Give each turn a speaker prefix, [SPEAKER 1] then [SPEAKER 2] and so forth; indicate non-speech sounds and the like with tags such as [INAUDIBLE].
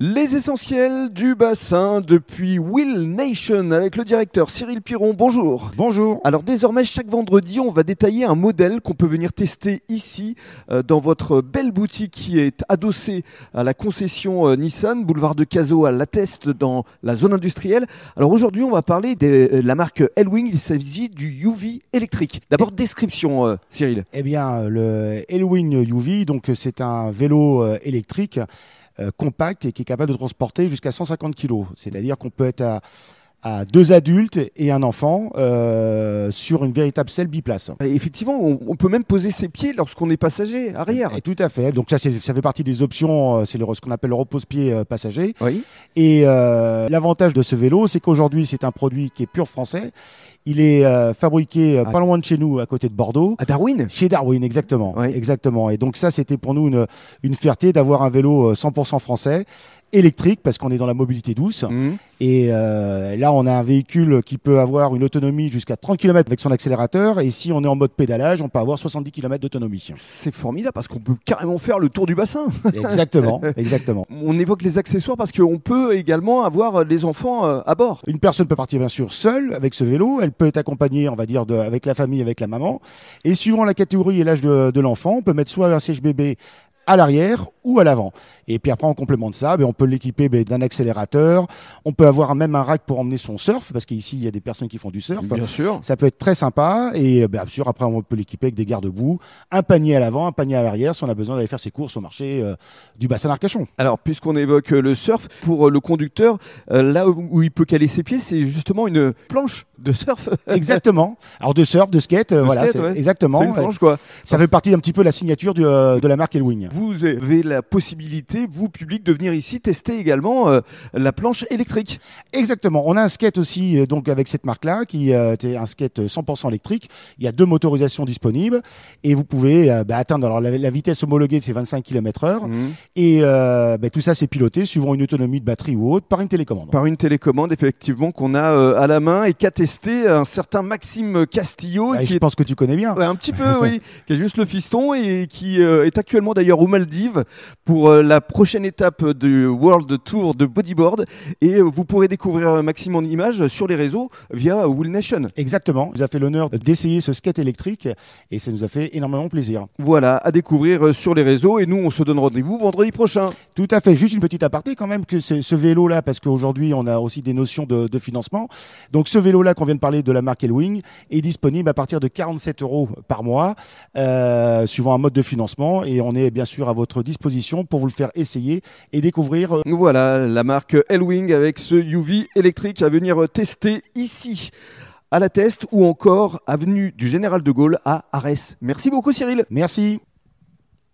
[SPEAKER 1] Les essentiels du bassin depuis Will Nation avec le directeur Cyril Piron. Bonjour.
[SPEAKER 2] Bonjour.
[SPEAKER 1] Alors désormais, chaque vendredi, on va détailler un modèle qu'on peut venir tester ici euh, dans votre belle boutique qui est adossée à la concession euh, Nissan, boulevard de Cazaux à La Teste dans la zone industrielle. Alors aujourd'hui, on va parler de euh, la marque Elwing. Il s'agit du UV électrique. D'abord, description, euh, Cyril.
[SPEAKER 2] Eh bien, le Elwing UV, donc euh, c'est un vélo euh, électrique euh, compact et qui est capable de transporter jusqu'à 150 kg. C'est-à-dire qu'on peut être à, à deux adultes et un enfant euh, sur une véritable selle biplace.
[SPEAKER 1] Et effectivement, on, on peut même poser ses pieds lorsqu'on est passager arrière.
[SPEAKER 2] Et tout à fait. Donc ça, c'est- ça fait partie des options. euh, C'est le- ce qu'on appelle le repose-pied euh, passager.
[SPEAKER 1] Oui.
[SPEAKER 2] Et euh, l'avantage de ce vélo, c'est qu'aujourd'hui, c'est un produit qui est pur français. Il est euh, fabriqué euh,
[SPEAKER 1] Ah.
[SPEAKER 2] pas loin de chez nous, à côté de Bordeaux.
[SPEAKER 1] À Darwin.
[SPEAKER 2] Chez Darwin, exactement.
[SPEAKER 1] Ouais.
[SPEAKER 2] Exactement. Et donc ça, c'était pour nous une, une fierté d'avoir un vélo euh, 100% français, électrique, parce qu'on est dans la mobilité douce.
[SPEAKER 1] Mhm.
[SPEAKER 2] Et euh, là, on a un véhicule qui peut avoir une autonomie jusqu'à 30 km avec son accélérateur. Et si on est en mode pédalage, on peut avoir 70 km d'autonomie.
[SPEAKER 1] C'est formidable parce qu'on peut carrément faire le tour du bassin.
[SPEAKER 2] exactement, exactement.
[SPEAKER 1] On évoque les accessoires parce qu'on peut également avoir les enfants euh, à bord.
[SPEAKER 2] Une personne peut partir bien sûr seule avec ce vélo, elle peut être accompagnée, on va dire, de, avec la famille, avec la maman. Et suivant la catégorie et l'âge de, de l'enfant, on peut mettre soit un siège bébé à l'arrière ou à l'avant. Et puis après, en complément de ça, ben, on peut l'équiper ben, d'un accélérateur. On peut avoir même un rack pour emmener son surf, parce qu'ici, il y a des personnes qui font du surf.
[SPEAKER 1] sûr.
[SPEAKER 2] Ça peut être très sympa. Et ben, bien sûr, après, on peut l'équiper avec des garde-boue, un panier à l'avant, un panier à l'arrière, si on a besoin d'aller faire ses courses au marché euh, du
[SPEAKER 1] [LAUGHS]
[SPEAKER 2] bassin d'Arcachon.
[SPEAKER 1] Alors, puisqu'on évoque euh, le surf, pour euh, le conducteur, euh, là où où il peut caler ses pieds, c'est justement une planche de surf. [LAUGHS]
[SPEAKER 2] Exactement. Alors de surf, de skate, euh,
[SPEAKER 1] De
[SPEAKER 2] voilà,
[SPEAKER 1] skate,
[SPEAKER 2] c'est-
[SPEAKER 1] ouais.
[SPEAKER 2] exactement.
[SPEAKER 1] C'est une planche, quoi.
[SPEAKER 2] Ça fait partie un petit peu la signature du, euh, de la marque Elwing.
[SPEAKER 1] Vous avez la possibilité, vous, public, de venir ici tester également euh, la planche électrique.
[SPEAKER 2] Exactement. On a un skate aussi euh, donc avec cette marque-là qui euh, était un skate 100% électrique. Il y a deux motorisations disponibles et vous pouvez euh, bah, atteindre alors la, la vitesse homologuée de ces 25 km/h et euh, bah, tout ça c'est piloté suivant une autonomie de batterie ou autre par une télécommande.
[SPEAKER 1] Par une télécommande, effectivement, qu'on a euh, à la main et qu'a testé un certain Maxime Castillo,
[SPEAKER 2] Ah, et
[SPEAKER 1] qui
[SPEAKER 2] je
[SPEAKER 1] est
[SPEAKER 2] pense que tu connais bien.
[SPEAKER 1] [LAUGHS] Ouais, un petit peu, oui. Qui est juste le fiston et qui euh, est actuellement d'ailleurs aux Maldives pour euh, la prochaine étape du World Tour de bodyboard. Et euh, vous pourrez découvrir euh, Maxime en images sur les réseaux via Will Nation.
[SPEAKER 2] Exactement. Il nous a fait l'honneur d'essayer ce skate électrique et ça nous a fait énormément plaisir.
[SPEAKER 1] Voilà, à découvrir euh, sur les réseaux. Et nous, on se donne rendez-vous vendredi prochain.
[SPEAKER 2] Tout à fait. Juste une petite aparté quand même que c'est- ce vélo-là, parce qu'aujourd'hui on a aussi des notions de, de financement. Donc ce vélo-là qu'on vient de parler de la marque Elwing est disponible à partir de 47 euros par mois, euh, suivant un mode de financement, et on est bien sûr à votre disposition pour vous le faire essayer et découvrir. euh,
[SPEAKER 1] Voilà, la marque Elwing avec ce UV électrique à venir euh, tester ici, à la Teste ou encore avenue du Général de Gaulle à Arès. Merci beaucoup, Cyril.
[SPEAKER 2] Merci.